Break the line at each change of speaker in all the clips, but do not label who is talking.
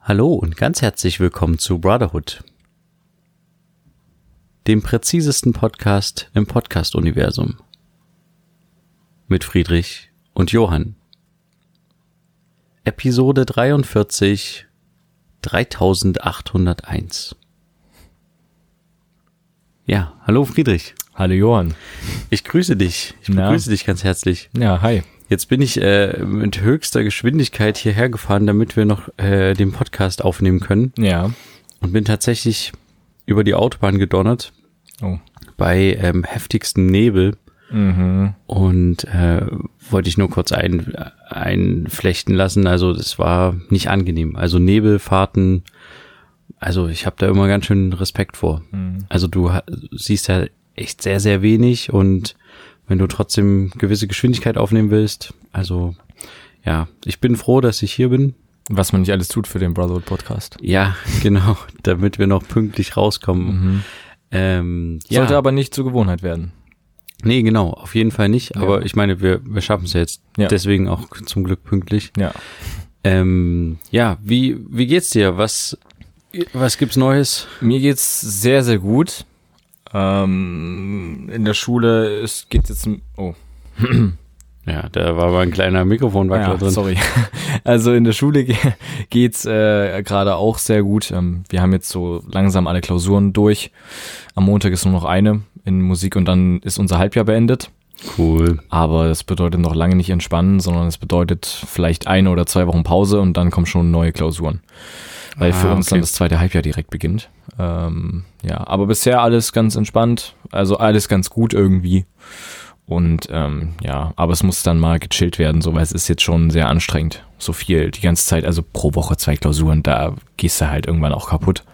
Hallo und ganz herzlich willkommen zu Brotherhood, dem präzisesten Podcast im Podcast-Universum. Mit Friedrich und Johann. Episode 43 3801. Ja, hallo Friedrich.
Hallo Johann.
Ich grüße dich. Ich
Na?
begrüße dich ganz herzlich.
Ja, hi.
Jetzt bin ich äh, mit höchster Geschwindigkeit hierher gefahren, damit wir noch äh, den Podcast aufnehmen können
Ja.
und bin tatsächlich über die Autobahn gedonnert
Oh.
bei ähm, heftigstem Nebel
Mhm.
und äh, wollte ich nur kurz ein, einflechten lassen. Also das war nicht angenehm. Also Nebelfahrten, also ich habe da immer ganz schön Respekt vor. Also du ha- siehst ja echt sehr, sehr wenig und wenn du trotzdem gewisse Geschwindigkeit aufnehmen willst, also ja, ich bin froh, dass ich hier bin.
Was man nicht alles tut für den Brotherhood Podcast.
Ja, genau, damit wir noch pünktlich rauskommen. Ähm, ja.
Sollte aber nicht zur Gewohnheit werden.
Nee, genau, auf jeden Fall nicht. Aber ich meine, wir, wir schaffen es ja jetzt.
Ja.
Deswegen auch zum Glück pünktlich.
Ja.
Ähm, ja, wie, wie geht's dir? Was, was gibt's Neues?
Mir geht's sehr, sehr gut. Ähm, in der Schule ist, geht's jetzt, m- oh,
Ja, da war mal ein kleiner Mikrofonwackler
ja,
drin.
sorry. Also in der Schule ge- geht's äh, gerade auch sehr gut. Ähm, wir haben jetzt so langsam alle Klausuren durch. Am Montag ist nur noch eine in Musik und dann ist unser Halbjahr beendet.
Cool.
Aber das bedeutet noch lange nicht entspannen, sondern es bedeutet vielleicht eine oder zwei Wochen Pause und dann kommen schon neue Klausuren. Weil für
Ah,
uns
okay.
dann das zweite Halbjahr direkt beginnt. Ähm, ja, aber bisher alles ganz entspannt, also alles ganz gut irgendwie. Und ähm, ja, aber es muss dann mal gechillt werden, so weil es ist jetzt schon sehr anstrengend. So viel die ganze Zeit, also pro Woche zwei Klausuren, da gehst du halt irgendwann auch kaputt.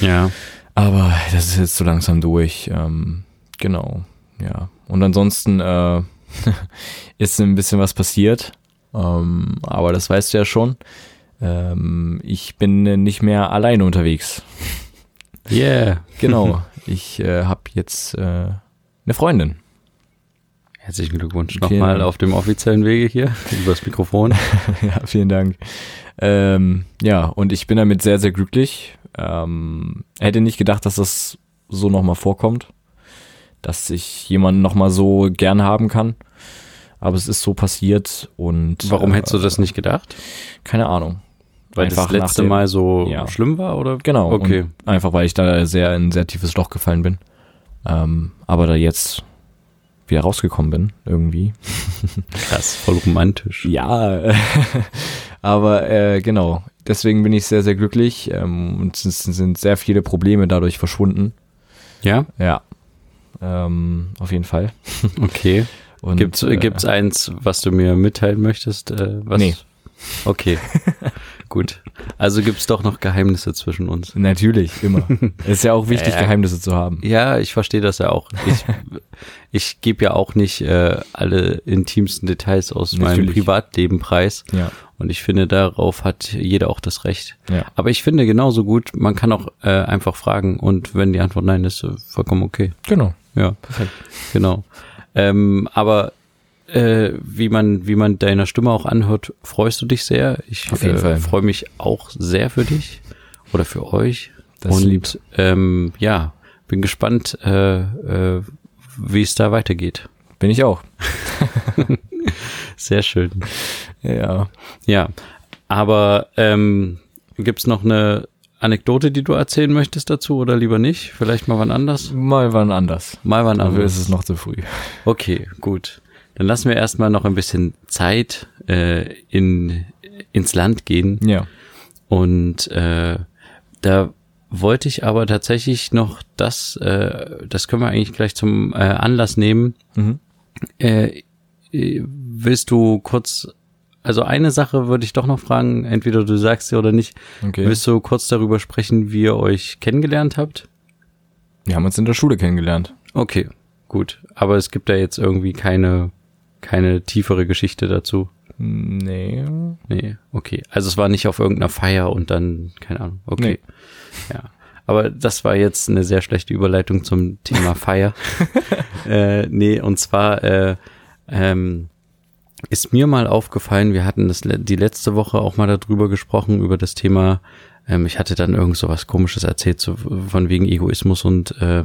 Ja.
Aber das ist jetzt so langsam durch. Ähm, genau, ja. Und ansonsten äh, ist ein bisschen was passiert. Ähm, aber das weißt du ja schon. Ähm, ich bin äh, nicht mehr alleine unterwegs.
Yeah.
Genau. ich äh, habe jetzt äh, eine Freundin.
Herzlichen Glückwunsch
Vielen
nochmal
Dank.
auf dem offiziellen Wege hier übers Mikrofon.
ja, vielen Dank. Ähm, ja, und ich bin damit sehr, sehr glücklich. Ähm, hätte nicht gedacht, dass das so nochmal vorkommt, dass ich jemanden nochmal so gern haben kann. Aber es ist so passiert und.
Warum
äh,
hättest du das nicht gedacht?
Keine Ahnung.
Weil das
Einfach nach
letzte
dem-
Mal so
Ja.
schlimm war, oder?
Genau.
Okay.
Und einfach, weil ich da sehr in ein sehr tiefes Loch gefallen bin. Ähm, aber da jetzt wieder rausgekommen bin, irgendwie.
Krass, voll romantisch.
Ja, aber äh, genau. Deswegen bin ich sehr, sehr glücklich ähm, und es sind- sind sehr viele Probleme dadurch verschwunden.
Ja?
Ja, ähm, auf jeden Fall.
Okay.
Und,
Gibt's,
äh,
gibt's eins, was du mir mitteilen möchtest? Äh, was?
Nee.
Okay. Gut. Also gibt's doch noch Geheimnisse zwischen uns.
Natürlich, immer. ist ja auch wichtig,
Ja, ja.
Geheimnisse zu haben.
Ja, ich verstehe das ja auch. Ich, ich gebe ja auch nicht äh, alle intimsten Details aus meinem
Natürlich.
Privatleben preis.
Ja,
Und ich finde, darauf hat jeder auch das Recht.
ja.
Aber ich finde genauso gut, man kann auch äh, einfach fragen und wenn die Antwort nein ist, äh, vollkommen okay.
genau.
Ja.
Perfekt.
Genau. Ähm, aber äh, wie man wie man deiner Stimme auch anhört, freust du dich sehr. Ich
Auf jeden
äh,
Fall.
freue mich auch sehr für dich oder für euch.
Das ist
Und
lieb.
Ähm, ja, bin gespannt, äh, äh, wie es da weitergeht.
Bin ich auch.
Sehr schön.
Ja.
Ja, aber ähm, gibt's noch eine Anekdote, die du erzählen möchtest dazu oder lieber nicht? Vielleicht mal wann anders?
Mal wann anders.
Mal wann
Dafür
anders.
ist es noch zu früh.
Okay, gut. Dann lassen wir erstmal noch ein bisschen Zeit äh, in, ins Land gehen.
Ja.
Und äh, da wollte ich aber tatsächlich noch das, äh, das können wir eigentlich gleich zum äh, Anlass nehmen.
Mhm.
Äh, äh, willst du kurz, also eine Sache würde ich doch noch fragen, entweder du sagst sie oder nicht.
Okay.
Willst du kurz darüber sprechen, wie ihr euch kennengelernt habt?
Wir haben uns in der Schule kennengelernt.
Okay, gut. Aber es gibt da jetzt irgendwie keine, keine tiefere Geschichte dazu.
Nee.
Nee, okay. Also es war nicht auf irgendeiner Feier und dann, keine Ahnung. Okay. Ja. Aber das war jetzt eine sehr schlechte Überleitung zum Thema Feier. äh, nee, und zwar, äh, ähm, ist mir mal aufgefallen, wir hatten das le- die letzte Woche auch mal darüber gesprochen, über das Thema, ähm, ich hatte dann irgend so was komisches erzählt, so von wegen Egoismus und äh,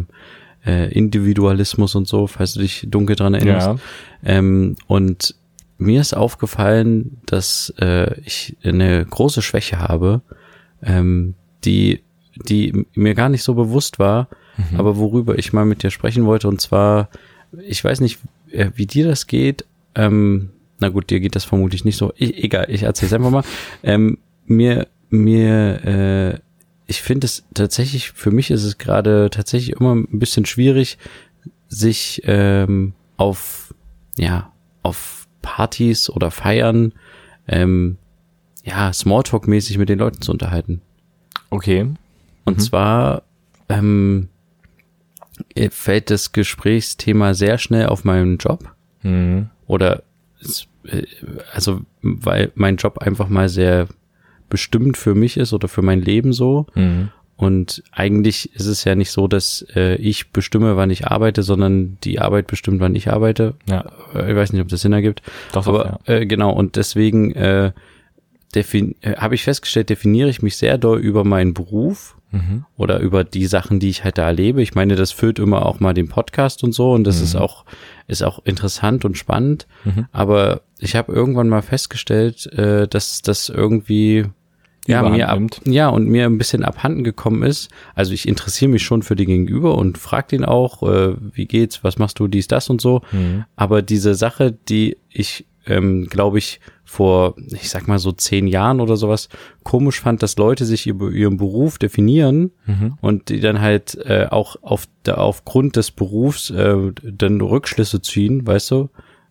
äh, Individualismus und so, falls du dich dunkel dran erinnerst. Ähm, und mir ist aufgefallen, dass äh, ich eine große Schwäche habe, ähm, die, die mir gar nicht so bewusst war, aber worüber ich mal mit dir sprechen wollte. Und zwar, ich weiß nicht, äh, wie dir das geht. Ähm, na gut, dir geht das vermutlich nicht so. Ich, egal, ich erzähl's einfach mal. Ähm, mir, mir, äh, ich finde es tatsächlich, für mich ist es gerade tatsächlich immer ein bisschen schwierig, sich ähm, auf, ja, auf Partys oder Feiern, ähm, ja, Smalltalk-mäßig mit den Leuten zu unterhalten.
Okay.
Und
Mhm.
zwar ähm, äh, fällt das Gesprächsthema sehr schnell auf meinen Job
Mhm.
oder es, äh, also weil mein Job einfach mal sehr bestimmt für mich ist oder für mein Leben so.
Mhm.
Und eigentlich ist es ja nicht so, dass äh, ich bestimme, wann ich arbeite, sondern die Arbeit bestimmt, wann ich arbeite.
Ja,
Äh, Ich weiß nicht, ob das Sinn ergibt.
doch, doch,
Aber äh, genau, und deswegen äh, defin- äh, habe ich festgestellt, definiere ich mich sehr doll über meinen Beruf
ja. Mhm.
oder über die Sachen, die ich halt da erlebe. Ich meine, das füllt immer auch mal den Podcast und so und das ist auch ist auch interessant und spannend.
Mhm.
Aber ich habe irgendwann mal festgestellt, äh, dass das irgendwie ja,
Überhand
mir ab,
nimmt.
ja, und mir ein bisschen abhanden gekommen ist. Also ich interessiere mich schon für den Gegenüber und frag den auch, äh, wie geht's, was machst du, dies, das und so.
Mhm.
Aber diese Sache, die ich, ähm, glaube ich, vor, ich sag mal so zehn Jahren oder sowas komisch fand, dass Leute sich über ihren Beruf definieren
Mhm.
und die dann halt äh, auch auf da, aufgrund des Berufs äh, dann Rückschlüsse ziehen, weißt du?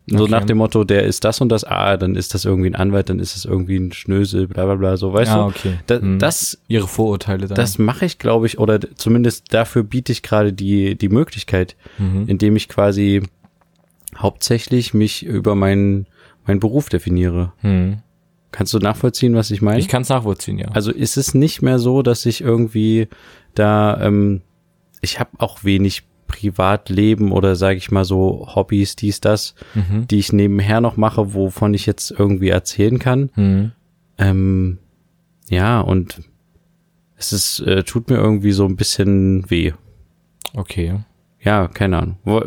So
Okay.
nach dem Motto, der ist das und das, ah, dann ist das irgendwie ein Anwalt, dann ist das irgendwie ein Schnösel, bla bla bla, so, weißt
Ah,
du?
okay.
Da,
Mhm.
Das,
Ihre Vorurteile dann.
das mache ich, glaube ich, oder d- zumindest dafür biete ich gerade die, die Möglichkeit,
mhm.
indem ich quasi hauptsächlich mich über meinen, meinen Beruf definiere.
Mhm.
Kannst du nachvollziehen, was ich meine?
Ich kann es nachvollziehen, ja.
Also ist es nicht mehr so, dass ich irgendwie da, ähm, ich habe auch wenig Privatleben oder sage ich mal so Hobbys, dies, das,
Mhm.
die ich nebenher noch mache, wovon ich jetzt irgendwie erzählen kann.
Mhm.
Ähm, ja, und es ist, äh, tut mir irgendwie so ein bisschen weh.
Okay.
Ja, keine Ahnung. Wo-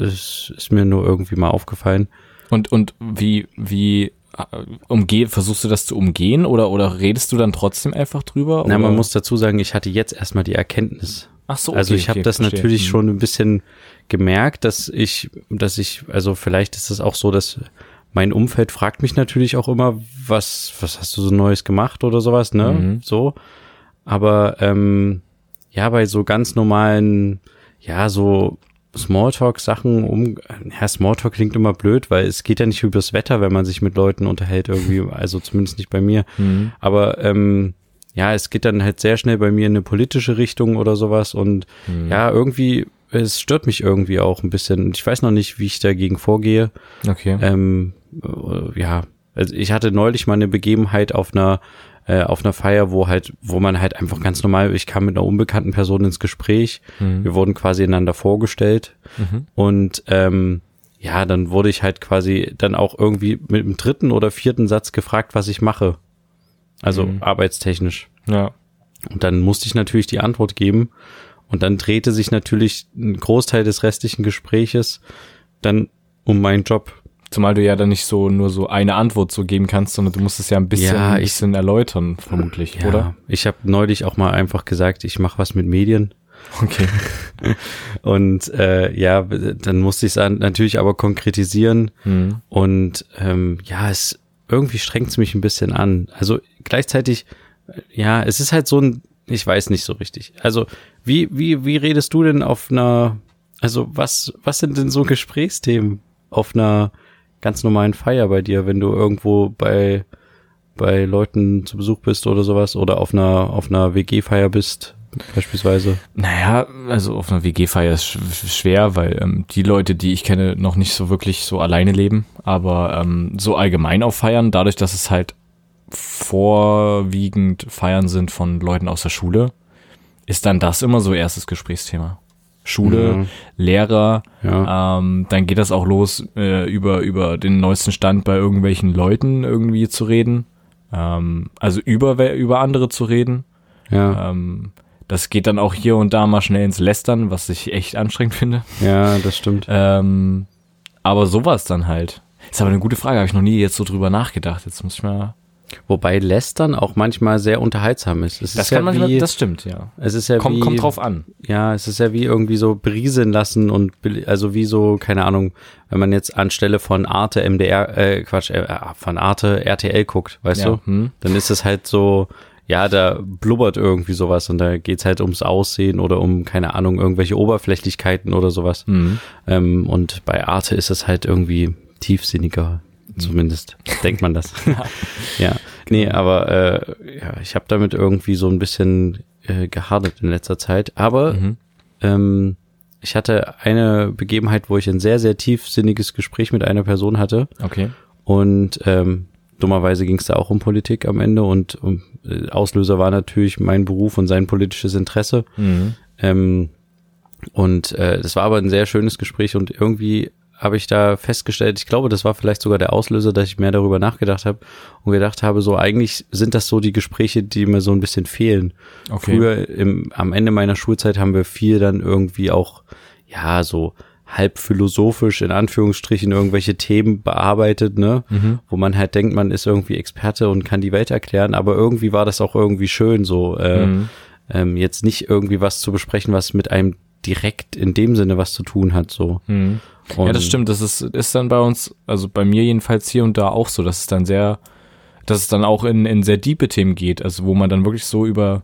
Es ist mir nur irgendwie mal aufgefallen.
Und, und wie, wie äh, umgeh, versuchst du das zu umgehen oder, oder redest du dann trotzdem einfach drüber?
Na,
oder?
man muss dazu sagen, ich hatte jetzt erstmal die Erkenntnis,
Ach so,
also
Oh, okay,
ich habe
okay,
das
verstehe.
natürlich
Mhm.
schon ein bisschen gemerkt, dass ich, dass ich, also vielleicht ist es auch so, dass mein Umfeld fragt mich natürlich auch immer, was, was hast du so Neues gemacht oder sowas, ne?
Mhm.
So. Aber ähm, ja, bei so ganz normalen, ja, so Smalltalk-Sachen um. Ja, Smalltalk klingt immer blöd, weil es geht ja nicht übers Wetter, wenn man sich mit Leuten unterhält, irgendwie, also zumindest nicht bei mir.
Mhm.
Aber ähm, ja, es geht dann halt sehr schnell bei mir in eine politische Richtung oder sowas. Und ja, irgendwie, es stört mich irgendwie auch ein bisschen. Und Ich weiß noch nicht, wie ich dagegen vorgehe.
Okay.
Ähm, äh, ja, also ich hatte neulich mal eine Begebenheit auf einer äh, auf einer Feier, wo halt, wo man halt einfach ganz normal, ich kam mit einer unbekannten Person ins Gespräch, wir wurden quasi einander vorgestellt
Mhm.
und ähm, ja, dann wurde ich halt quasi dann auch irgendwie mit dem dritten oder vierten Satz gefragt, was ich mache. Also
Mhm.
arbeitstechnisch.
Ja.
Und dann musste ich natürlich die Antwort geben. Und dann drehte sich natürlich ein Großteil des restlichen Gespräches dann um meinen Job.
Zumal du ja dann nicht so nur so eine Antwort so geben kannst, sondern du musst es ja ein bisschen,
Ja,
ein
ich-
bisschen erläutern, vermutlich,
Ja,
oder?
Ich habe neulich auch mal einfach gesagt, ich mache was mit Medien.
Okay.
Und äh, ja, dann musste ich es natürlich aber konkretisieren.
Mhm.
Und ähm, ja, es irgendwie strengt es mich ein bisschen an. Also gleichzeitig, äh, ja, es ist halt so ein, ich weiß nicht so richtig. Also wie wie wie redest du denn auf einer, also was was sind denn so Gesprächsthemen auf einer ganz normalen Feier bei dir, wenn du irgendwo bei bei Leuten zu Besuch bist oder sowas oder auf einer auf einer WG-Feier bist beispielsweise?
Naja, also auf einer WG-Feier ist sch schwer, weil ähm, die Leute, die ich kenne, noch nicht so wirklich so alleine leben. Aber ähm, so allgemein auf Feiern, dadurch, dass es halt vorwiegend Feiern sind von Leuten aus der Schule, ist dann das immer so erstes Gesprächsthema. Schule,
Mhm.
Lehrer,
Ja.
ähm, dann geht das auch los, äh, über, über den neuesten Stand bei irgendwelchen Leuten irgendwie zu reden. Ähm, also über, we- über andere zu reden.
Ja,
Ähm, das geht dann auch hier und da mal schnell ins Lästern, was ich echt anstrengend finde.
ja, das stimmt.
Ähm, aber sowas dann halt. Ist aber eine gute Frage, habe ich noch nie jetzt so drüber nachgedacht. Jetzt muss ich mal.
Wobei Lästern auch manchmal sehr unterhaltsam ist. Es
Das
ist
kann
ja
manchmal,
wie,
das stimmt, ja.
es ist ja
Kommt,
wie,
kommt drauf an.
Ja, es ist ja wie irgendwie so briesen lassen und bel- also wie so, keine Ahnung, wenn man jetzt anstelle von Arte MDR, äh, Quatsch, äh, von Arte RTL guckt, weißt
Ja,
du?
hm.
Dann ist es halt so, ja, da blubbert irgendwie sowas und da geht's halt ums Aussehen oder um, keine Ahnung, irgendwelche Oberflächlichkeiten oder sowas.
Hm?
Ähm, und bei Arte ist es halt irgendwie tiefsinniger, zumindest denkt man das. ja, nee, aber äh, ja, ich habe damit irgendwie so ein bisschen äh, gehardet in letzter Zeit. Aber
Mhm.
ähm, ich hatte eine Begebenheit, wo ich ein sehr, sehr tiefsinniges Gespräch mit einer Person hatte
Okay.
und ähm, dummerweise ging es da auch um Politik am Ende und um, äh, Auslöser war natürlich mein Beruf und sein politisches Interesse.
Mhm.
Ähm, und äh, das war aber ein sehr schönes Gespräch und irgendwie habe ich da festgestellt, ich glaube, das war vielleicht sogar der Auslöser, dass ich mehr darüber nachgedacht habe und gedacht habe, so eigentlich sind das so die Gespräche, die mir so ein bisschen fehlen.
Okay.
Früher im, am Ende meiner Schulzeit haben wir viel dann irgendwie auch, ja, so halb philosophisch in Anführungsstrichen irgendwelche Themen bearbeitet, ne?
Mhm.
Wo man halt denkt, man ist irgendwie Experte und kann die Welt erklären, aber irgendwie war das auch irgendwie schön, so äh,
Mhm.
ähm, jetzt nicht irgendwie was zu besprechen, was mit einem direkt in dem Sinne was zu tun hat, so.
Mhm. Ja,
Und-
das stimmt. Das ist, ist dann bei uns, also bei mir jedenfalls hier und da auch so, dass es dann sehr, dass es dann auch in, in sehr diepe Themen geht, also wo man dann wirklich so über,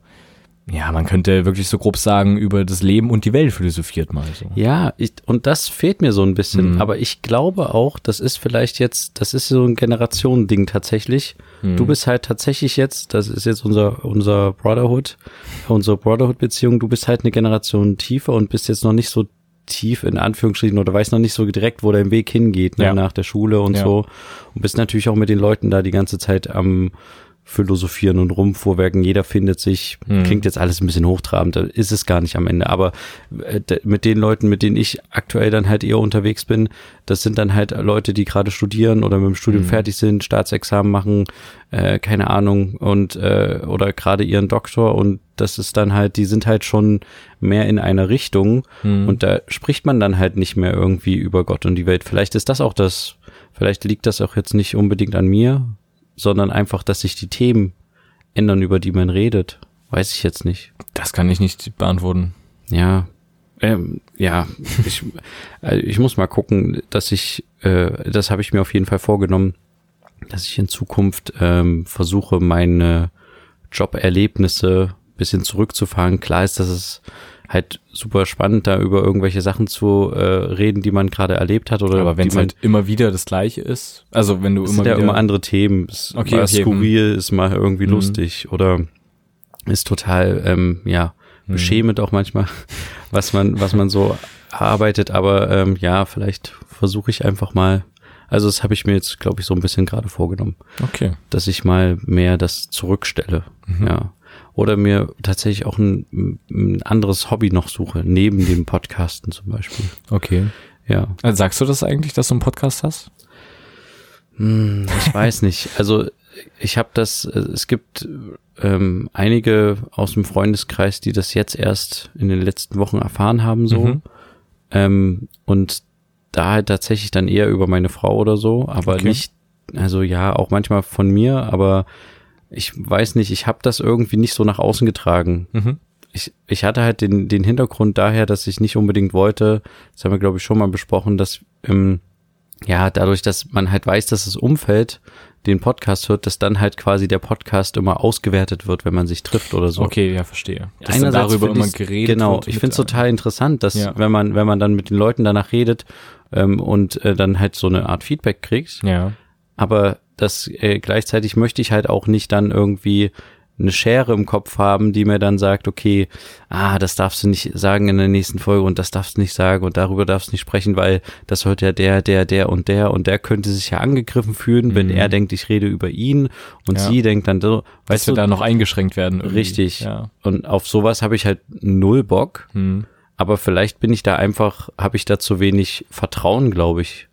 ja, man könnte wirklich so grob sagen, über das Leben und die Welt philosophiert mal so.
Ja, ich, und das fehlt mir so ein
Mhm.
bisschen. Aber ich glaube auch, das ist vielleicht jetzt, das ist so ein Generationending tatsächlich.
Mhm.
Du bist halt tatsächlich jetzt, das ist jetzt unser, unser Brotherhood, unsere Brotherhood-Beziehung, du bist halt eine Generation tiefer und bist jetzt noch nicht so tief in Anführungsstrichen oder weißt noch nicht so direkt, wo dein Weg hingeht, ne,
Ja.
nach der Schule und
Ja.
so. Und bist natürlich auch mit den Leuten da die ganze Zeit am Philosophieren und rumvorwerken. Jeder findet sich, klingt jetzt alles ein bisschen hochtrabend, ist es gar nicht am Ende. Aber äh, d- mit den Leuten, mit denen ich aktuell dann halt eher unterwegs bin, das sind dann halt Leute, die gerade studieren oder mit dem Studium fertig sind, Staatsexamen machen, äh, keine Ahnung, und äh, oder gerade ihren Doktor und das ist dann halt, die sind halt schon mehr in einer Richtung und da spricht man dann halt nicht mehr irgendwie über Gott und die Welt. Vielleicht ist das auch das, vielleicht liegt das auch jetzt nicht unbedingt an mir, sondern einfach, dass sich die Themen ändern, über die man redet. Weiß ich jetzt nicht.
Das kann ich nicht beantworten.
Ja. Ähm, ja, ich, also ich muss mal gucken, dass ich, äh, das habe ich mir auf jeden Fall vorgenommen, dass ich in Zukunft ähm, versuche, meine Joberlebnisse ein bisschen zurückzufahren. Klar ist, dass es halt super spannend, da über irgendwelche Sachen zu äh, reden, die man gerade erlebt hat oder
Aber wenn
die
es
man-
halt immer wieder das Gleiche ist, also wenn du
es
immer
sind ja
wieder
immer andere Themen. Ist
Okay,
mal
okay,
skurril, ist mal
Mhm.
irgendwie lustig oder ist total, ähm, ja,
Mhm.
beschämend auch manchmal, was man, was man so arbeitet. Aber ähm, ja, vielleicht versuche ich einfach mal. Also das habe ich mir jetzt, glaube ich, so ein bisschen gerade vorgenommen,
Okay.
dass ich mal mehr das zurückstelle.
Mhm.
Ja. Oder mir tatsächlich auch ein, ein anderes Hobby noch suche, neben dem Podcasten zum Beispiel.
Okay.
Ja.
Also sagst du das eigentlich, dass du einen Podcast hast?
Hm, Ich weiß nicht. Also ich habe das, äh, es gibt ähm, einige aus dem Freundeskreis, die das jetzt erst in den letzten Wochen erfahren haben so.
Mhm.
Ähm, und da halt tatsächlich dann eher über meine Frau oder so, aber
Okay.
nicht, also ja, auch manchmal von mir, aber ich weiß nicht, ich habe das irgendwie nicht so nach außen getragen
Mhm.
ich, ich hatte halt den, den Hintergrund daher, dass ich nicht unbedingt wollte, das haben wir, glaube ich, schon mal besprochen, dass ähm, ja, dadurch, dass man halt weiß, dass das Umfeld den Podcast hört, dass dann halt quasi der Podcast immer ausgewertet wird, wenn man sich trifft oder so.
Okay, ja, verstehe. Dass dann
Einerseits
darüber
find
immer
ich's-
geredet
Genau,
wird
ich
mit
finde es
allen.
total interessant, dass
Ja.
wenn man, wenn man dann mit den Leuten danach redet ähm, und äh, dann halt so eine Art Feedback kriegt,
Ja.
aber das äh, gleichzeitig möchte ich halt auch nicht dann irgendwie eine Schere im Kopf haben, die mir dann sagt, okay, ah, das darfst du nicht sagen in der nächsten Folge und das darfst du nicht sagen und darüber darfst du nicht sprechen, weil das hört ja der, der, der und der und der könnte sich ja angegriffen fühlen, wenn er denkt, ich rede über ihn und
Ja.
sie denkt dann so,
Dass
weißt
wir
du,
da noch eingeschränkt werden. irgendwie.
richtig.
Ja.
Und auf sowas habe ich halt null Bock.
Hm.
Aber vielleicht bin ich da einfach, habe ich da zu wenig Vertrauen, glaube ich.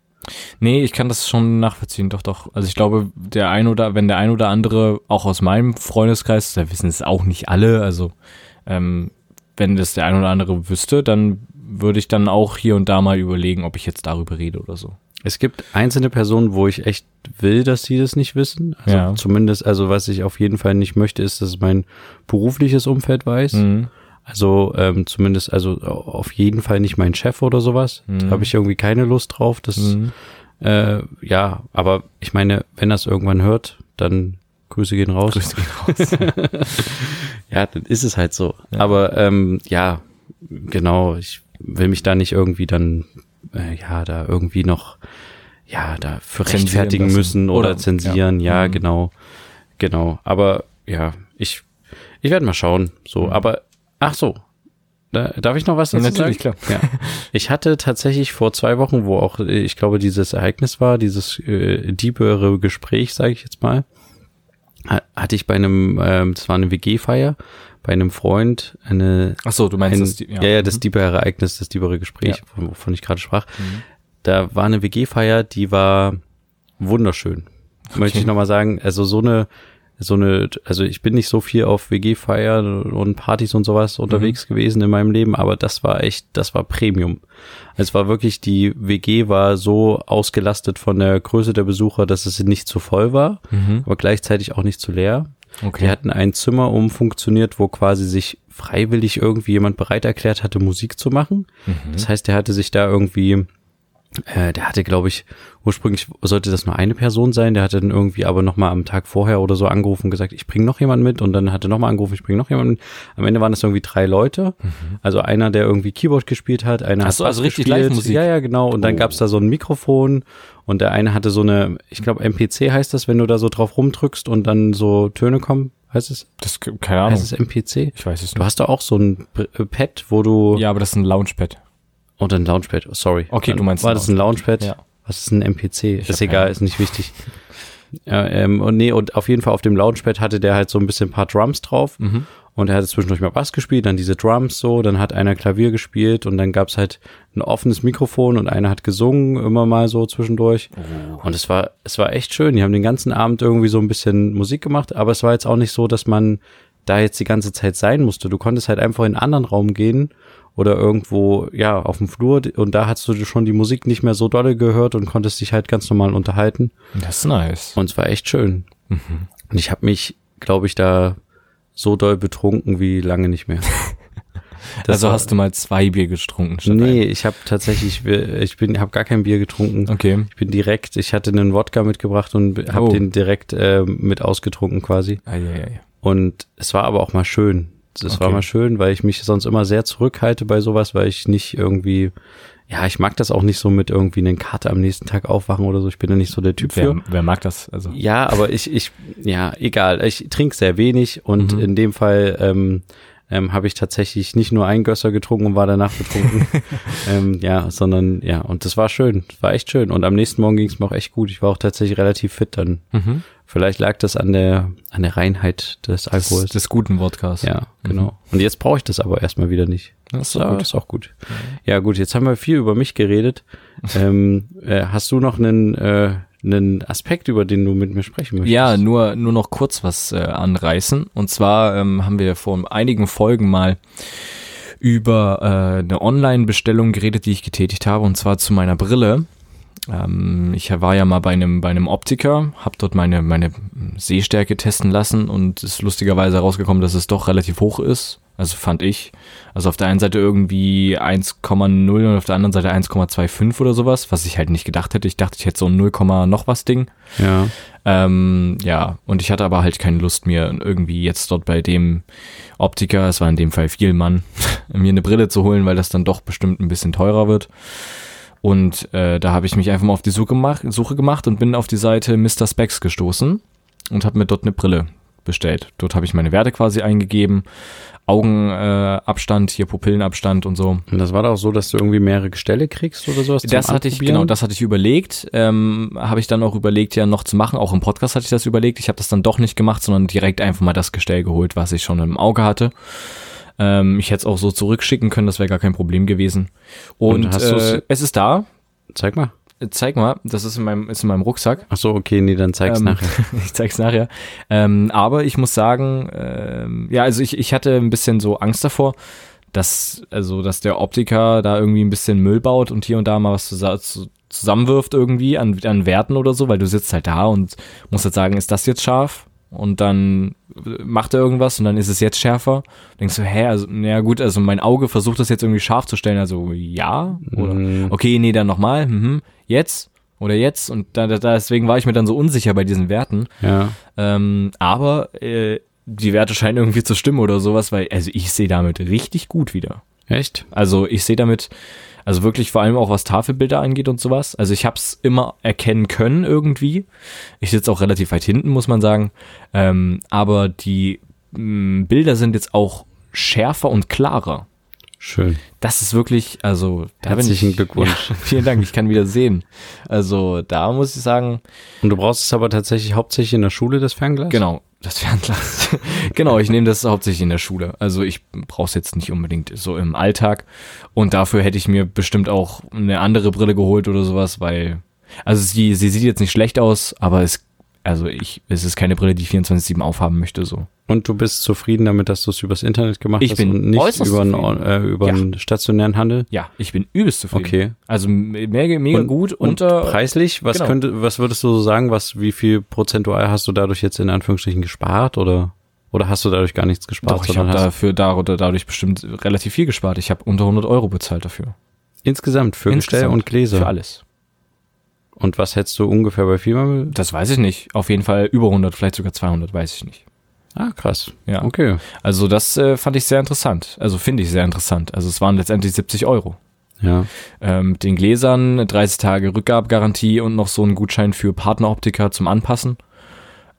Nee, ich kann das schon nachvollziehen, doch, doch. Also ich glaube, der ein oder, wenn der ein oder andere, auch aus meinem Freundeskreis, da wissen es auch nicht alle, also ähm, wenn das der ein oder andere wüsste, dann würde ich dann auch hier und da mal überlegen, ob ich jetzt darüber rede oder so.
Es gibt einzelne Personen, wo ich echt will, dass sie das nicht wissen. Also
Ja.
zumindest, also was ich auf jeden Fall nicht möchte, ist, dass mein berufliches Umfeld weiß.
Mhm.
Also ähm, zumindest, also auf jeden Fall nicht mein Chef oder sowas. Da habe ich irgendwie keine Lust drauf. Das,
Mhm.
äh, ja, aber ich meine, wenn das irgendwann hört, dann Grüße gehen raus.
Grüße gehen raus.
Ja, dann ist es halt so. Aber ähm, ja, genau, ich will mich da nicht irgendwie dann, äh, ja, da irgendwie noch, ja, da für
Zensieren
rechtfertigen
lassen.
müssen oder,
Oder-
zensieren, ja,
ja. Mhm.
genau, genau. Aber ja, ich, ich werde mal schauen, so,
Mhm.
aber, ach so, da, darf ich noch was dazu
Natürlich,
sagen?
klar.
Ja. Ich hatte tatsächlich vor zwei Wochen, wo auch, äh, ich glaube, dieses Ereignis war, dieses äh, diebere Gespräch, sage ich jetzt mal, ha- hatte ich bei einem, ähm, das war eine WG-Feier, bei einem Freund eine,
Ach so, du meinst
ein,
das, die- mhm.
ja. ja, das diebere Ereignis, das diebere Gespräch, wovon ich gerade sprach.
Mhm.
Da war eine WG-Feier, die war wunderschön. Möchte ich nochmal sagen, also so eine, so eine, also ich bin nicht so viel auf WG-Feiern und Partys und sowas
Mhm.
unterwegs gewesen in meinem Leben, aber das war echt, das war Premium. Also Es war wirklich, die WG war so ausgelastet von der Größe der Besucher, dass es nicht zu voll war,
Mhm.
aber gleichzeitig auch nicht zu leer.
Okay.
Wir hatten ein Zimmer umfunktioniert, wo quasi sich freiwillig irgendwie jemand bereit erklärt hatte, Musik zu machen. Das heißt, der hatte sich da irgendwie, äh, der hatte, glaube ich, ursprünglich sollte das nur eine Person sein, der hatte dann irgendwie aber nochmal am Tag vorher oder so angerufen und gesagt, ich bringe noch jemanden mit und dann hatte nochmal angerufen, ich bringe noch jemanden mit. Am Ende waren es irgendwie drei Leute. Also einer, der irgendwie Keyboard gespielt hat, einer
Mhm. Ach
hat
so, also
Bass
richtig
gespielt.
Live-Musik.
Ja, ja, genau. Und dann
Oh.
gab's da so ein Mikrofon und der eine hatte so eine, ich glaube, MPC heißt das, wenn du da so drauf rumdrückst und dann so Töne kommen, heißt es?
Das, keine Ahnung.
Heißt es MPC?
Ich weiß es
Also, Du
nicht.
hast da auch so ein P- äh, Pad, wo du
Ja, aber das ist ein Launchpad.
und ein Launchpad, sorry.
Okay,
Dann
du meinst
War
ein
das ein Launchpad?
Ja.
Was ist ein MPC?
hab
ist
keine
egal,
Ahnung.
ist nicht wichtig. ja, ähm, und nee, und auf jeden Fall auf dem Launchpad hatte der halt so ein bisschen ein paar Drums drauf. Und er hatte zwischendurch mal Bass gespielt, dann diese Drums so, dann hat einer Klavier gespielt und dann gab's halt ein offenes Mikrofon und einer hat gesungen immer mal so zwischendurch. Und es war, es war echt schön. Die haben den ganzen Abend irgendwie so ein bisschen Musik gemacht, aber es war jetzt auch nicht so, dass man da jetzt die ganze Zeit sein musste. Du konntest halt einfach in einen anderen Raum gehen oder irgendwo, ja, auf dem Flur und da hast du schon die Musik nicht mehr so dolle gehört und konntest dich halt ganz normal unterhalten.
Das ist nice.
Und es war echt schön. Und ich habe mich, glaube ich, da so doll betrunken wie lange nicht mehr.
also
war-
hast du mal zwei Bier getrunken statt
Nee, ich habe tatsächlich, ich bin, habe gar kein Bier getrunken.
einem. Okay.
Ich bin direkt, ich hatte einen Wodka mitgebracht und habe
Oh.
den direkt ähm, mit ausgetrunken quasi.
Eieiei.
Und es war aber auch mal schön. Es war
Okay.
mal schön, weil ich mich sonst immer sehr zurückhalte bei sowas, weil ich nicht irgendwie, ja, ich mag das auch nicht so mit irgendwie einen Kater am nächsten Tag aufwachen oder so. Ich bin da nicht so der Typ für.
Wer, wer mag das? Also,
Ja, aber ich, ich, ja, egal. Ich trinke sehr wenig
Mhm.
und in dem Fall ähm, ähm, habe ich tatsächlich nicht nur ein Gösser getrunken und war danach betrunken. ähm, ja, sondern ja, und das war schön. Das war echt schön. Und am nächsten Morgen ging es mir auch echt gut. Ich war auch tatsächlich relativ fit dann.
mhm.
Vielleicht lag das an der, an der Reinheit des
des,
Alkohols.
des guten Wodkas.
ja, genau. Und jetzt brauche ich das aber erstmal wieder nicht.
Das Mhm. ist
Ja,
doch gut. Mhm.
ist auch gut. Ja, gut, jetzt haben wir viel über mich geredet. ähm, äh, hast du noch einen, äh, einen Aspekt, über den du mit mir sprechen möchtest?
Ja, nur, nur noch kurz was äh, anreißen. Und zwar ähm, haben wir vor einigen Folgen mal über äh, eine Online-Bestellung geredet, die ich getätigt habe, und zwar zu meiner Brille. Ähm, ich war ja mal bei einem, bei einem Optiker, habe dort meine, meine Sehstärke testen lassen und ist lustigerweise herausgekommen, dass es doch relativ hoch ist. Also fand ich. Also auf der einen Seite irgendwie 1,0 und auf der anderen Seite 1,25 oder sowas, was ich halt nicht gedacht hätte. Ich dachte, ich hätte so ein 0, noch was Ding.
Ja.
Ähm, ja, und ich hatte aber halt keine Lust mir irgendwie jetzt dort bei dem Optiker, es war in dem Fall Vielmann, mir eine Brille zu holen, weil das dann doch bestimmt ein bisschen teurer wird. Und äh, da habe ich mich einfach mal auf die Suche gemacht, Suche gemacht und bin auf die Seite Mr. Specs gestoßen und habe mir dort eine Brille bestellt. Dort habe ich meine Werte quasi eingegeben, Augenabstand, äh, Abstand, hier Pupillenabstand und so.
Und das war doch so, dass du irgendwie mehrere Gestelle kriegst oder sowas. zum
Das hatte ich,
Anprobieren?
genau, das hatte ich überlegt. Ähm, habe ich dann auch überlegt, ja noch zu machen. Auch im Podcast hatte ich das überlegt. Ich habe das dann doch nicht gemacht, sondern direkt einfach mal das Gestell geholt, was ich schon im Auge hatte. Ähm, ich hätte es auch so zurückschicken können, das wäre gar kein Problem gewesen. Und,
Und hast du's-
äh, es ist da.
Zeig mal.
Äh, Zeig mal, das ist in meinem, ist in meinem Rucksack.
Ach so, okay, nee, dann zeig's
Ähm,
nachher.
ich zeig's nachher. Ähm, aber ich muss sagen, ähm, ja, also ich, ich hatte ein bisschen so Angst davor, dass, also, dass der Optiker da irgendwie ein bisschen Müll baut und hier und da mal was zusa- zu- zusammenwirft irgendwie an, an Werten oder so, weil du sitzt halt da und musst halt sagen, ist das jetzt scharf? Und dann macht er irgendwas und dann ist es jetzt schärfer. Denkst du, hä, also, na ja, gut, also mein Auge versucht das jetzt irgendwie scharf zu stellen, also ja, oder,
Mm.
okay, nee, dann nochmal, mhm, jetzt oder jetzt und da, da, deswegen war ich mir dann so unsicher bei diesen Werten.
Ja.
Ähm, aber äh, die Werte scheinen irgendwie zu stimmen oder sowas, weil also ich sehe damit richtig gut wieder.
Echt?
Also ich sehe damit, also wirklich vor allem auch was Tafelbilder angeht und sowas. Also ich habe es immer erkennen können irgendwie. Ich sitze auch relativ weit hinten, muss man sagen. Ähm, aber die mh, Bilder sind jetzt auch schärfer und klarer.
Schön.
Das ist wirklich, also da bin
Herzlichen
ich,
Glückwunsch.
Ja, vielen Dank, ich kann wieder sehen. Also da muss ich sagen,
Und du brauchst es aber tatsächlich hauptsächlich in der Schule, das Fernglas?
Genau, das Fernglas. genau, ich nehme das hauptsächlich in der Schule. Also ich brauche es jetzt nicht unbedingt so im Alltag. Und dafür hätte ich mir bestimmt auch eine andere Brille geholt oder sowas, weil. Also sie, sie sieht jetzt nicht schlecht aus, aber es, also ich, es ist keine Brille, die ich 24-7 aufhaben möchte. so.
Und du bist zufrieden damit, dass du es übers Internet gemacht
Ich
hast
bin
und nicht
äußerst
über, einen,
zufrieden.
äh, über
Ja.
einen stationären Handel?
Ja, ich bin übelst zufrieden.
Okay.
Also mega, mega gut.
und
unter,
preislich, was
genau.
könnte, was würdest du so sagen, was, wie viel prozentual hast du dadurch jetzt in Anführungsstrichen gespart oder, oder hast du dadurch gar nichts gespart,
Doch, ich habe
hast
dafür darunter dadurch bestimmt relativ viel gespart. Ich habe unter 100 Euro bezahlt dafür.
insgesamt für
Insgesamt,
Gestell und Gläser?
Für alles.
Und was hättest du ungefähr bei Firma?
Das weiß ich nicht. Auf jeden Fall über 100, vielleicht sogar 200, weiß ich nicht.
Ah, krass.
Ja.
Okay.
Also das äh, fand ich sehr interessant. Also finde ich sehr interessant. Also es waren letztendlich 70 Euro.
Ja.
Ähm, mit den Gläsern, 30 Tage Rückgabegarantie und noch so einen Gutschein für Partneroptiker zum Anpassen.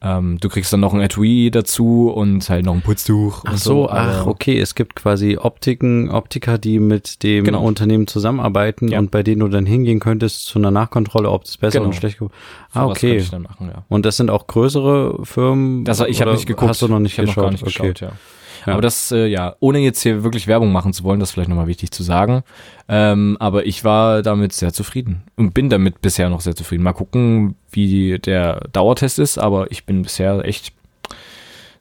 Ähm, du kriegst dann noch ein Etui dazu und halt noch ein Putztuch.
Ach
und Also
so,
aber-
ach, okay. Es gibt quasi Optiken, Optiker, die mit dem
Genau.
Unternehmen zusammenarbeiten
Ja.
und bei denen du dann hingehen könntest zu einer Nachkontrolle, ob es besser
Genau.
und schlecht ge- Ah,
Sowas könnte
okay.
Ich dann machen, ja.
Und das sind auch größere Firmen?
Das, Also, ich habe
Oder
nicht geguckt.
Hast du noch nicht
ich hab
geschaut?
Noch gar nicht
okay.
geschaut ja.
Ja.
Aber das, äh, ja, ohne jetzt hier wirklich Werbung machen zu wollen, das ist vielleicht nochmal wichtig zu sagen. Ähm, aber ich war damit sehr zufrieden und bin damit bisher noch sehr zufrieden. Mal gucken, wie der Dauertest ist, aber ich bin bisher echt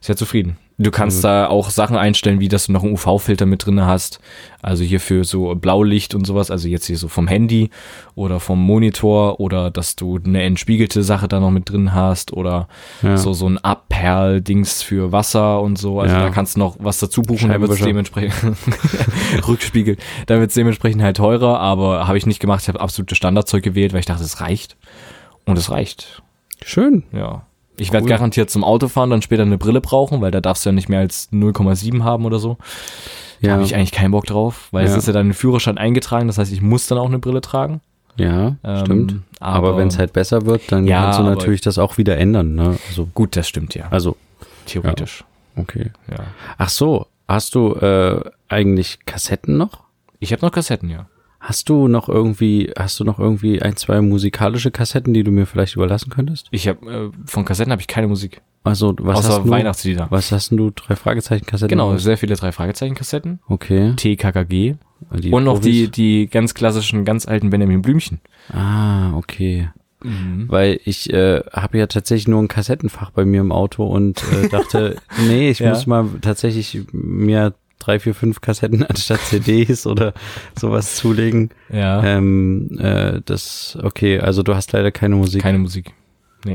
sehr zufrieden. Du kannst
Mhm.
da auch Sachen einstellen, wie dass du noch einen UV-Filter mit drinne hast. Also hier für so Blaulicht und sowas. Also jetzt hier so vom Handy oder vom Monitor oder dass du eine entspiegelte Sache da noch mit drin hast oder
Ja.
so, so ein Abperl-Dings für Wasser und so. Also
Ja.
da kannst du noch was dazu buchen, dann wird's
Scheibenwischer.
dementsprechend Rückspiegel. Dann wird's dementsprechend halt teurer, aber habe ich nicht gemacht. Ich habe absolute Standardzeug gewählt, weil ich dachte, es reicht. Und es reicht.
Schön.
Ja. Ich werde
Cool.
garantiert zum Autofahren dann später eine Brille brauchen, weil da darfst du ja nicht mehr als 0,7 haben oder so. Da
Ja.
habe ich eigentlich keinen Bock drauf, weil es
Ja.
ist ja dann im Führerschein eingetragen, das heißt, ich muss dann auch eine Brille tragen.
ja,
Ähm,
stimmt. Aber,
aber-
wenn es halt besser wird, dann
Ja,
kannst du
aber-
natürlich das auch wieder ändern. Ne? Also,
Gut, das stimmt ja,
also,
theoretisch.
okay.
Ja.
Ach so, hast du äh, eigentlich Kassetten noch?
Ich habe noch Kassetten, ja.
Hast du noch irgendwie, hast du noch irgendwie ein, zwei musikalische Kassetten, die du mir vielleicht überlassen könntest?
Ich habe äh, von Kassetten habe ich keine Musik.
Also, was
Außer
hast du? Mhm.
Weihnachtslieder.
Was hast denn du? Drei Fragezeichen Kassetten?
Genau, sehr viele drei Fragezeichen Kassetten,
Okay.
TKKG
Die
und noch die
Profis?
die ganz klassischen ganz alten Benjamin Blümchen.
Ah, okay. Weil ich äh, habe ja tatsächlich nur ein Kassettenfach bei mir im Auto und äh, dachte, nee, ich
Ja.
muss mal tatsächlich mir drei, vier, fünf Kassetten anstatt CDs oder sowas zulegen.
Ja,
Ähm, äh, das, okay, also du hast leider keine Musik.
keine Musik.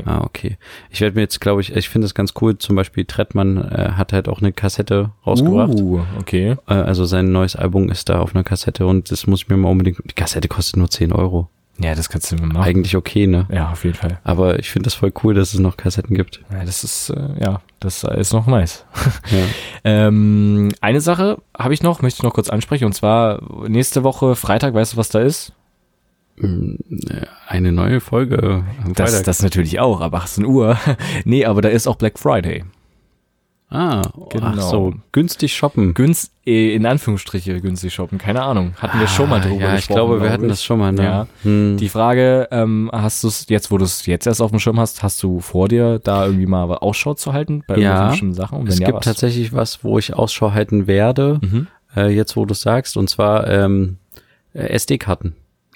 Ah, okay. Ich werde mir jetzt, glaube ich, ich finde das ganz cool, zum Beispiel Trettmann äh, hat halt auch eine Kassette rausgebracht.
Uh, okay.
Äh, also sein neues Album ist da auf einer Kassette und das muss ich mir mal unbedingt, die Kassette kostet nur 10 Euro.
Ja, das kannst du mir machen.
Eigentlich okay, ne?
Ja, auf jeden Fall.
Aber ich finde das voll cool, dass es noch Kassetten gibt.
Ja, das ist äh, ja, das ist noch nice.
Ja.
Ähm, eine Sache habe ich noch, möchte ich noch kurz ansprechen und zwar nächste Woche Freitag, weißt du, was da ist?
Mm, äh, Eine neue Folge am
Das,
Freitag.
das natürlich auch, ab 18 Uhr. nee, aber da ist auch Black Friday.
Ah, genau. ach so, günstig shoppen.
Günst, äh, in Anführungsstriche günstig shoppen, keine Ahnung. Hatten wir schon mal drüber
Ah, ja,
gesprochen.
ich glaube, wir hatten
ich.
das schon mal. Ne?
Ja.
Hm.
Die Frage, ähm, hast du es jetzt, wo du es jetzt erst auf dem Schirm hast, hast du vor dir, da irgendwie mal Ausschau zu halten bei
Ja.
irgendwelchen bestimmten Sachen? Und
es
wenn ja,
gibt
was?
tatsächlich was, wo ich Ausschau halten werde,
Mhm.
äh, jetzt wo du es sagst, und zwar ähm, äh, SD-Karten.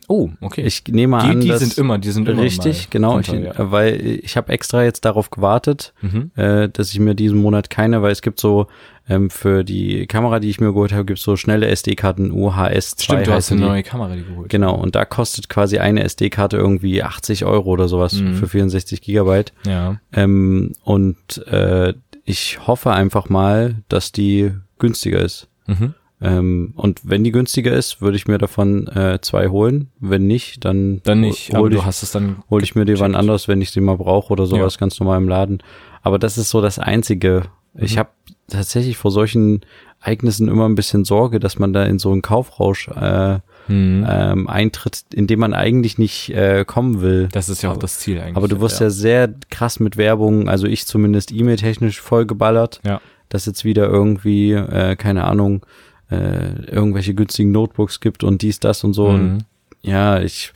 Oh, okay.
Ich nehme
die
an,
die
dass
sind immer, die sind immer
richtig,
mal
genau, ich,
runter, ja.
äh, weil ich habe extra jetzt darauf gewartet,
Mhm.
äh, dass ich mir diesen Monat keine, weil es gibt so ähm, für die Kamera, die ich mir geholt habe, gibt es so schnelle SD-Karten UHS 2
Stimmt, du hast
heißen
eine
halt die.
neue Kamera die geholt.
Genau, und da kostet quasi eine SD-Karte irgendwie 80 Euro oder sowas
Mhm.
für 64 Gigabyte.
Ja.
Ähm, und äh, ich hoffe einfach mal, dass die günstiger ist.
Mhm.
Ähm, und wenn die günstiger ist, würde ich mir davon äh, zwei holen. Wenn nicht, dann,
Dann nicht,
hol,
aber
hol ich,
du hast es dann.
hol ich mir die wann anders, wenn ich sie mal brauche oder sowas, ganz normal im Laden. Aber das ist so das Einzige.
Mhm.
Ich habe tatsächlich vor solchen Ereignissen immer ein bisschen Sorge, dass man da in so einen Kaufrausch äh,
Mhm.
ähm, eintritt, in dem man eigentlich nicht äh, kommen will.
Das ist ja auch das Ziel eigentlich.
Aber du wirst ja. sehr krass mit Werbung, also ich zumindest E-Mail-technisch vollgeballert,
Ja.
dass jetzt wieder irgendwie, äh, keine Ahnung, äh, irgendwelche günstigen Notebooks gibt und dies, das und so. Und
Mhm.
ja, ich,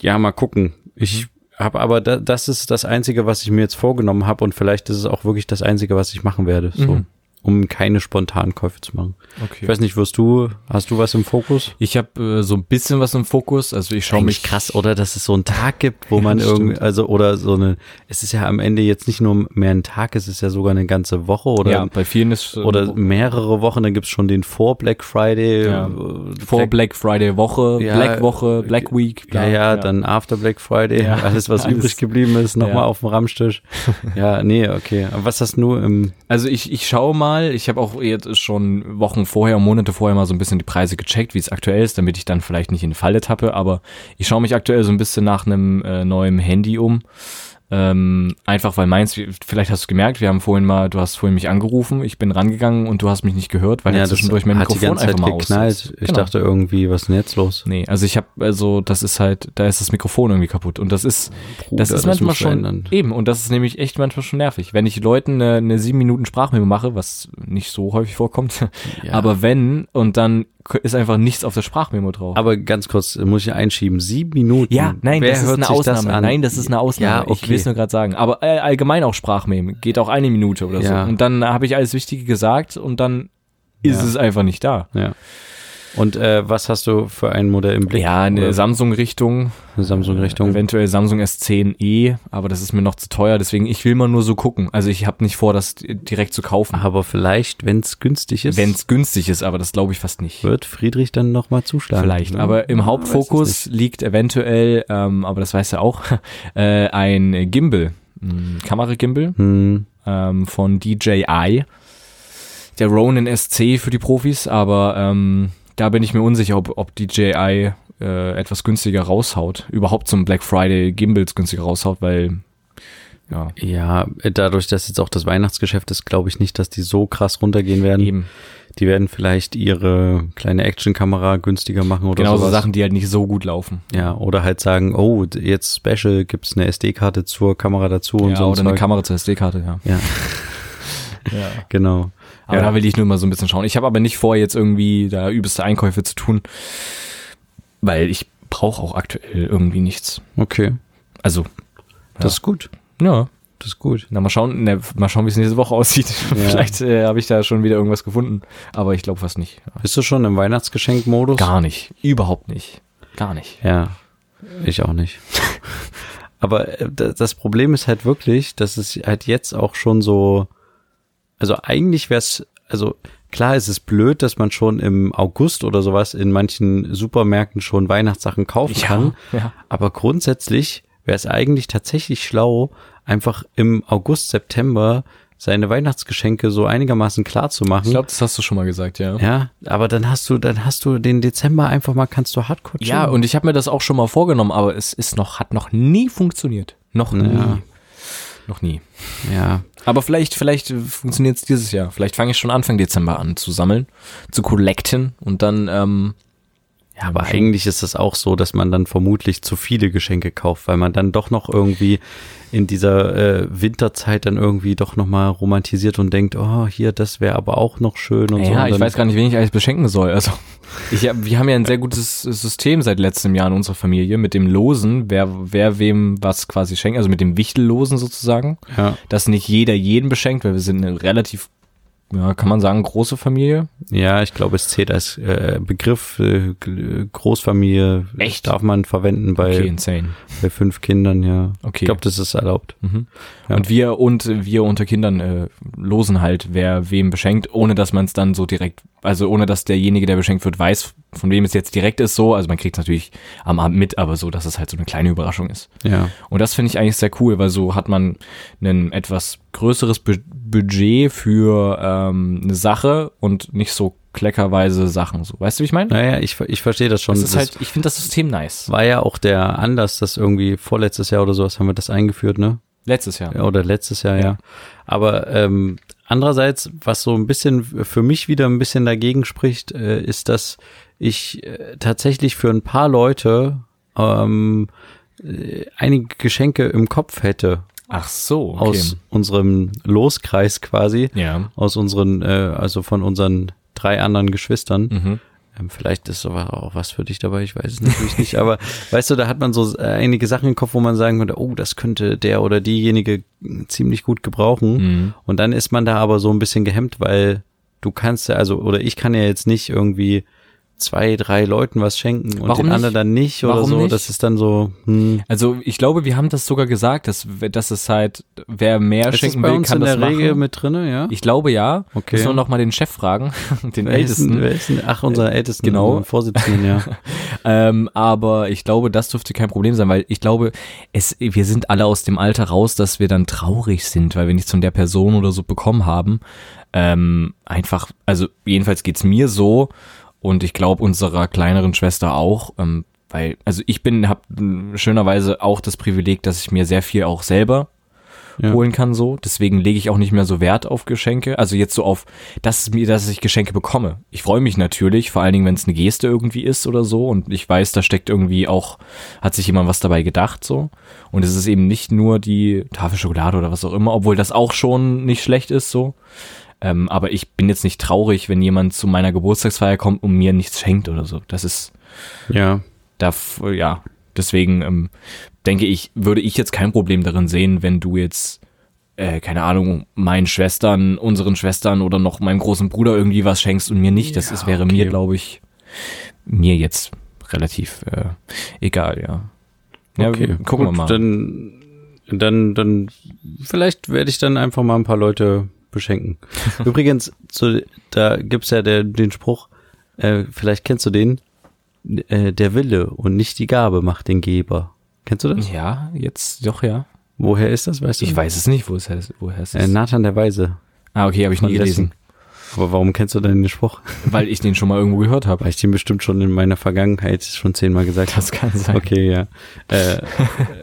ja, mal gucken.
Mhm.
Ich habe aber, da, das ist das Einzige, was ich mir jetzt vorgenommen habe und vielleicht ist es auch wirklich das Einzige, was ich machen werde, so,
Mhm.
um keine spontanen Käufe zu machen.
Okay.
Ich weiß nicht, wirst du, hast du was im Fokus?
Ich habe äh, so ein bisschen was im Fokus, also ich schaue mich
Eigentlich krass, oder? Dass es so einen Tag gibt, wo
Ja,
man
das
irgendwie,
stimmt.
also, oder so eine, es ist ja am Ende jetzt nicht nur mehr ein Tag, es ist ja sogar eine ganze Woche oder,
ja, bei vielen ist äh,
oder mehrere Wochen, dann gibt's schon den vor Black Friday,
Ja.
äh,
vor
Black,
Black Friday Woche,
Ja, äh,
Black Woche, Black Week.
ja,
bla,
ja, dann after Black Friday,
Ja,
alles was
alles.
übrig geblieben ist, nochmal
Ja.
auf dem Ramstisch. ja, nee, okay. Aber was hast du im,
Also ich, ich schaue mal, ich habe auch jetzt schon Wochen vorher, Monate vorher mal so ein bisschen die Preise gecheckt, wie es aktuell ist, damit ich dann vielleicht nicht in die Falle tappe, aber ich schaue mich aktuell so ein bisschen nach einem äh, neuen Handy um. Ähm, einfach weil meins, wie- vielleicht hast du gemerkt, wir haben vorhin mal, du hast vorhin mich angerufen, ich bin rangegangen und du hast mich nicht gehört, weil ja, zwischendurch mein
hat die
Mikrofon
ganze
einfach
Zeit
mal aus.
geknallt.
ist.
Ich
Genau.
dachte irgendwie, was ist denn jetzt los?
Nee, also ich habe, also das ist halt, da ist das Mikrofon irgendwie kaputt und das ist, das
Bruder,
ist
das
manchmal
musst du
schon,
ändern.
eben und das ist nämlich echt manchmal schon nervig, wenn ich Leuten eine, eine sieben Minuten Sprachmemo mache, was nicht so häufig vorkommt,
Ja.
aber wenn und dann k- ist einfach nichts auf der Sprachmemo drauf.
Aber ganz kurz, äh, muss ich einschieben, sieben Minuten.
ja, nein,
Wer
das ist
hört
eine
sich das
Ausnahme.
an?
nein, das ist eine Ausnahme.
Ja, okay.
Ich will es nur gerade sagen. Aber äh, allgemein auch Sprachmemo geht auch eine Minute oder
Ja.
so. Und dann habe ich alles Wichtige gesagt und dann ist
Ja.
es einfach nicht da.
Ja. Und äh, was hast du für ein Modell im Blick?
Ja, eine
Oder
Samsung-Richtung.
eine Samsung-Richtung.
Eventuell Samsung S10e, aber das ist mir noch zu teuer, deswegen ich will mal nur so gucken. Also ich habe nicht vor, das d- direkt zu kaufen,
Aber vielleicht, wenn es günstig ist,
wenn es günstig ist, aber das glaube ich fast nicht.
wird Friedrich dann nochmal zuschlagen.
Vielleicht,
ne?
aber im
Man weiß
Hauptfokus liegt eventuell, ähm, aber das weiß er auch, äh, ein Gimbal, ein Kamera-Gimbal
es nicht. Hm,
ähm, von DJI, der Ronin SC für die Profis, aber ähm, da bin ich mir unsicher, ob, ob DJI äh, etwas günstiger raushaut, überhaupt zum Black Friday Gimbals günstiger raushaut, weil ja,
ja, äh, dadurch, dass jetzt auch das Weihnachtsgeschäft ist, glaube ich nicht, dass die so krass runtergehen werden.
eben
Die werden vielleicht ihre kleine Actionkamera günstiger machen oder
genauso
sowas.
Sachen, die halt nicht so gut laufen.
Ja, oder halt sagen, oh, d- jetzt Special gibt's eine SD-Karte zur Kamera dazu und
ja,
so. ein
oder eine
Zeug.
Kamera zur SD-Karte, ja.
Ja,
ja.
genau.
Aber
ja.
da will ich nur mal so ein bisschen schauen. Ich habe aber nicht vor, jetzt irgendwie da übelste Einkäufe zu tun, weil ich brauche auch aktuell irgendwie nichts.
Okay,
Also,
das ist gut.
ja,
Das ist gut.
Na, mal schauen, ne, mal schauen, wie es nächste Woche aussieht. Vielleicht äh, habe ich da schon wieder irgendwas gefunden, aber ich glaube fast nicht.
Bist du schon im Weihnachtsgeschenk-Modus?
Gar nicht. Überhaupt nicht. Gar nicht.
Ja, ich auch nicht. Aber äh, da- das Problem ist halt wirklich, dass es halt jetzt auch schon so, also eigentlich wäre es, also klar ist es blöd, dass man schon im August oder sowas in manchen Supermärkten schon Weihnachtssachen kaufen kann.
Ja.
Aber grundsätzlich wäre es eigentlich tatsächlich schlau, einfach im August, September seine Weihnachtsgeschenke so einigermaßen klar zu machen.
Ich glaube, das hast du schon mal gesagt, ja.
Hm. ja, aber dann hast du, dann hast du den Dezember einfach mal, kannst du hardcore
Ja,
chillen.
und ich habe mir das auch schon mal vorgenommen, aber es ist noch, hat noch nie funktioniert. Noch nie.
Ja.
Noch nie.
ja,
Aber vielleicht, vielleicht funktioniert es dieses Jahr. Vielleicht fange ich schon Anfang Dezember an zu sammeln, zu collecten und dann ähm,
Ja, aber eigentlich ist es auch so, dass man dann vermutlich zu viele Geschenke kauft, weil man dann doch noch irgendwie in dieser äh, Winterzeit dann irgendwie doch nochmal romantisiert und denkt, oh, hier, das wäre aber auch noch schön und so.
ja,
und
ich
dann-
weiß gar nicht, wen ich alles beschenken soll. Also, ich, hab- wir haben ja ein sehr gutes System seit letztem Jahr in unserer Familie mit dem Losen, wer, wer wem was quasi schenkt, also mit dem Wichtellosen sozusagen,
Ja,
dass nicht jeder jeden beschenkt, weil wir sind eine relativ, ja, kann man sagen, große Familie.
ja, ich glaube, es zählt als äh, Begriff äh, G- Großfamilie.
Echt?
Darf man verwenden bei,
insane.
bei fünf Kindern, ja.
Okay.
Ich glaube, das ist erlaubt. ja.
Und wir und wir unter Kindern äh, losen halt, wer wem beschenkt, ohne dass man es dann so direkt, also ohne dass derjenige, der beschenkt wird, weiß, von wem es jetzt direkt ist, so. Also man kriegt es natürlich am Abend mit, aber so, dass es halt so eine kleine Überraschung ist.
Ja.
Und das finde ich eigentlich sehr cool, weil so hat man ein etwas größeres Bu- Budget für ähm, eine Sache und nicht so kleckerweise Sachen. So, weißt du, wie ich meine?
Naja, ich, ver- ich verstehe das schon.
Das ist
Das-
halt, ich finde das System nice.
war ja auch der Anlass, dass irgendwie vorletztes Jahr oder sowas haben wir das eingeführt, ne?
Letztes Jahr.
Ja, oder letztes Jahr, ja.
Ja.
Aber ähm, andererseits, was so ein bisschen für mich wieder ein bisschen dagegen spricht, äh, ist, dass ich äh, tatsächlich für ein paar Leute ähm, äh, einige Geschenke im Kopf hätte
Ach so, okay.
aus unserem Loskreis quasi,
ja.
aus unseren, äh, also von unseren drei anderen Geschwistern.
Mhm.
Ähm, vielleicht ist aber auch was für dich dabei, ich weiß es natürlich nicht. Aber weißt du, da hat man so äh, einige Sachen im Kopf, wo man sagen könnte, oh, das könnte der oder diejenige ziemlich gut gebrauchen.
Mhm.
Und dann ist man da aber so ein bisschen gehemmt, weil du kannst ja, also, oder ich kann ja jetzt nicht irgendwie zwei, drei Leuten was schenken und
Warum
den
nicht?
anderen dann nicht oder
Warum
so.
nicht?
Das ist dann so, hm.
Also ich glaube, wir haben das sogar gesagt, dass, dass es halt, wer mehr
Es
schenken
bei
will,
uns
kann
in
das
der
machen.
Regel mit drinne, ja?
ich glaube ja.
Okay.
Müssen wir noch mal den Chef fragen, den
Wer ist denn-
Ältesten.
wer ist denn- Ach, unser Ältesten,
genau.
unseren Vorsitzenden, ja.
Ähm, aber ich glaube, das dürfte kein Problem sein, weil ich glaube, es, wir sind alle aus dem Alter raus, dass wir dann traurig sind, weil wir nichts von der Person oder so bekommen haben. Ähm, einfach, also jedenfalls geht's mir so und ich glaube unserer kleineren Schwester auch, ähm, weil, also ich bin, hab mh, schönerweise auch das Privileg, dass ich mir sehr viel auch selber
Ja.
holen kann so. Deswegen lege ich auch nicht mehr so Wert auf Geschenke. Also jetzt so auf, dass es mir, dass ich Geschenke bekomme. Ich freue mich natürlich, vor allen Dingen, wenn es eine Geste irgendwie ist oder so. Und ich weiß, da steckt irgendwie auch, hat sich jemand was dabei gedacht so. Und es ist eben nicht nur die Tafel Schokolade oder was auch immer, obwohl das auch schon nicht schlecht ist so. Ähm, aber ich bin jetzt nicht traurig, wenn jemand zu meiner Geburtstagsfeier kommt und mir nichts schenkt oder so. Das ist
ja.
da, f- ja, deswegen ähm, denke ich, würde ich jetzt kein Problem darin sehen, wenn du jetzt, äh, keine Ahnung, meinen Schwestern, unseren Schwestern oder noch meinem großen Bruder irgendwie was schenkst und mir nicht. Das ist, wäre mir, glaube ich, mir jetzt relativ äh, egal, ja. Ja,
Okay,
gucken wir
gut,
mal.
Dann, dann, dann, vielleicht werde ich dann einfach mal ein paar Leute beschenken. Übrigens, zu, da gibt's ja der, den Spruch, äh, vielleicht kennst du den, äh, der Wille und nicht die Gabe macht den Geber. Kennst du das?
ja, jetzt doch, ja.
Woher ist das, weißt du?
Ich weiß es nicht, wo es heißt. Woher es
Äh,
ist.
Nathan der Weise.
ah, okay, habe ich nie
Von
gelesen,
Lessing. Aber warum kennst du denn den Spruch?
weil ich den schon mal irgendwo gehört habe.
Weil ich den bestimmt schon in meiner Vergangenheit schon zehnmal gesagt habe.
Das kann sein.
Okay, ja. Äh,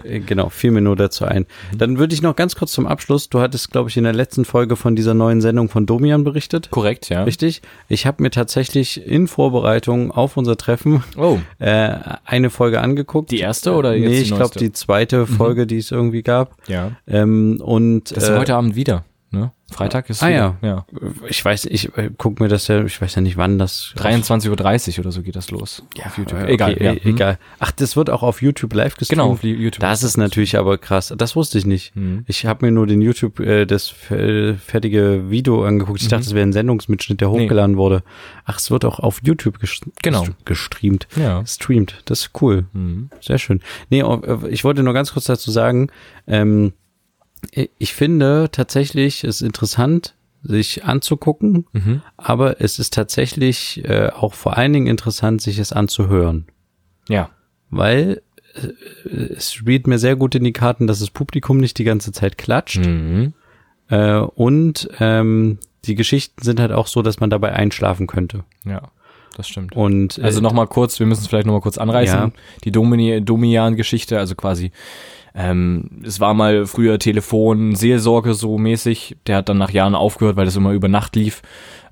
äh, genau, fiel mir nur dazu ein. Dann würde ich noch ganz kurz zum Abschluss. Du hattest, glaube ich, in der letzten Folge von dieser neuen Sendung von Domian berichtet.
Korrekt, ja.
Richtig? Ich habe mir tatsächlich in Vorbereitung auf unser Treffen
Oh,
äh, eine Folge angeguckt.
Die erste oder jetzt
Nee,
die
ich glaube
neueste?
die zweite Folge, die es irgendwie gab.
ja.
Ähm, und
Das ist heute Abend wieder. Ne? Freitag ist
Ah,
wieder.
ja.
ja.
ich weiß, ich äh, guck mir das ja, ich weiß ja nicht, wann das
23.30 Uhr oder so geht das los.
ja,
auf YouTube.
äh,
Egal,
Okay,
ja. Mhm.
e- Egal. Ach, das wird auch auf YouTube live gestreamt.
Genau, auf YouTube.
Das ist natürlich aber krass. Das wusste ich nicht.
Mhm.
Ich habe mir nur den YouTube äh, das f- äh, fertige Video angeguckt. Ich dachte, es wäre ein Sendungsmitschnitt, der hochgeladen wurde. Ach, es wird auch auf YouTube ges
Genau.
ges- gestreamt.
Ja.
Streamt. Das ist cool.
Mhm.
Sehr schön. Nee, oh, äh, ich wollte nur ganz kurz dazu sagen, ähm, i- ich finde tatsächlich es ist interessant, sich anzugucken,
Mhm.
aber es ist tatsächlich äh, auch vor allen Dingen interessant, sich es anzuhören
Ja.
weil äh, es spielt mir sehr gut in die Karten, dass das Publikum nicht die ganze Zeit klatscht.
Mhm.
Äh, und ähm, die Geschichten sind halt auch so, dass man dabei einschlafen könnte.
Ja, das stimmt.
Und äh,
Also nochmal kurz, wir müssen es vielleicht nochmal kurz anreißen.
Ja.
Die Domini Domian-Geschichte, also quasi, ähm, es war mal früher Telefon, Seelsorge so mäßig. Der hat dann nach Jahren aufgehört, weil das immer über Nacht lief.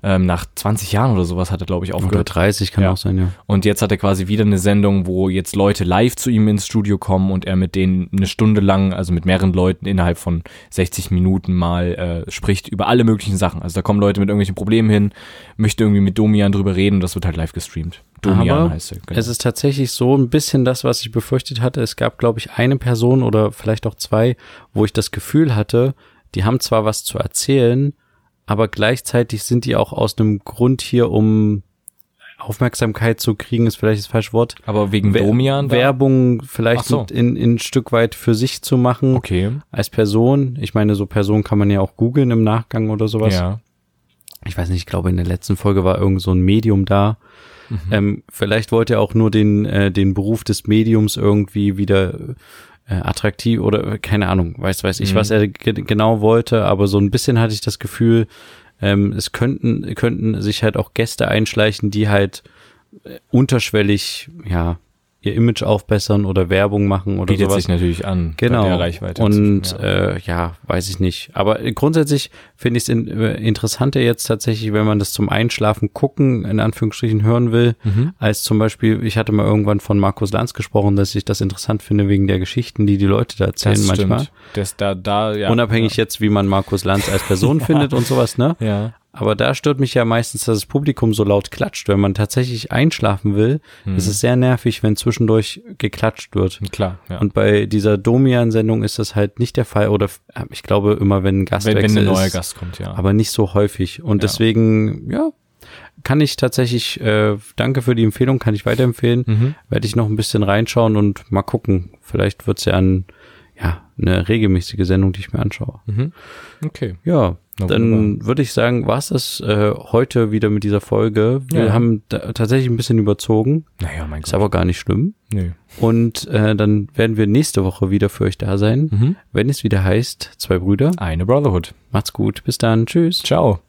ähm, nach 20 Jahren oder sowas hat er, glaube ich,
Oder
aufgehört.
30 kann
Ja.
auch sein, ja.
Und jetzt hat er quasi wieder eine Sendung, wo jetzt Leute live zu ihm ins Studio kommen und er mit denen eine Stunde lang, also mit mehreren Leuten innerhalb von 60 Minuten mal äh, spricht über alle möglichen Sachen. Also da kommen Leute mit irgendwelchen Problemen hin, möchten irgendwie mit Domian drüber reden und das wird halt live gestreamt. Domian
Aber
heißt er. genau.
Es ist tatsächlich so ein bisschen das, was ich befürchtet hatte. Es gab, glaube ich, eine Person oder vielleicht auch zwei, wo ich das Gefühl hatte, die haben zwar was zu erzählen, aber gleichzeitig sind die auch aus einem Grund hier, um Aufmerksamkeit zu kriegen, ist vielleicht das falsche Wort.
Aber wegen
Wer-
Domian? da?
Werbung vielleicht
Ach so.
mit in, in ein Stück weit für sich zu machen
Okay.
als Person. Ich meine, so Person kann man ja auch googeln im Nachgang oder sowas
Ja.
ich weiß nicht, ich glaube in der letzten Folge war irgend so ein Medium da.
Mhm.
Ähm, vielleicht wollte er auch nur den, äh, den Beruf des Mediums irgendwie wieder äh, attraktiv oder äh, keine Ahnung, weiß, weiß ich,
Mhm.
was er ge genau wollte, aber so ein bisschen hatte ich das Gefühl, ähm, es könnten, könnten sich halt auch Gäste einschleichen, die halt äh, unterschwellig, ja, ihr Image aufbessern oder Werbung machen oder
Bietet
sowas.
sich natürlich an.
Genau.
Bei der Reichweite
und
inzwischen, ja.
äh, ja, weiß ich nicht. Aber äh, grundsätzlich finde ich es in, äh, interessanter jetzt tatsächlich, wenn man das zum Einschlafen gucken, in Anführungsstrichen hören will,
Mhm.
als zum Beispiel, ich hatte mal irgendwann von Markus Lanz gesprochen, dass ich das interessant finde wegen der Geschichten, die die Leute da erzählen
das
manchmal.
stimmt. Das, da, da, ja.
Unabhängig jetzt, wie man Markus Lanz als Person findet und sowas, ne?
Ja. ja.
Aber da stört mich ja meistens, dass das Publikum so laut klatscht. Wenn man tatsächlich einschlafen will,
Mhm.
ist es sehr nervig, wenn zwischendurch geklatscht wird.
Klar, ja.
Und bei dieser Domian-Sendung ist das halt nicht der Fall. Oder äh, ich glaube immer, wenn ein
wenn,
Gastwechsel
wenn ein neuer
ist,
Gast kommt, ja.
aber nicht so häufig. Und
Ja.
deswegen, ja, kann ich tatsächlich, äh, danke für die Empfehlung, kann ich weiterempfehlen.
Mhm.
Werde ich noch ein bisschen reinschauen und mal gucken. Vielleicht wird's ja, ein, ja eine regelmäßige Sendung, die ich mir anschaue.
Mhm. Okay.
Ja,
Na,
dann würde ich sagen, war's das äh, heute wieder mit dieser Folge. Wir
Ja.
haben da- tatsächlich ein bisschen überzogen,
Naja, mein
ist
Gott.
aber gar nicht schlimm.
Nö.
Und äh, dann werden wir nächste Woche wieder für euch da sein,
Mhm.
wenn es wieder heißt, zwei Brüder.
Eine Brotherhood.
Macht's gut, bis dann, tschüss.
Ciao.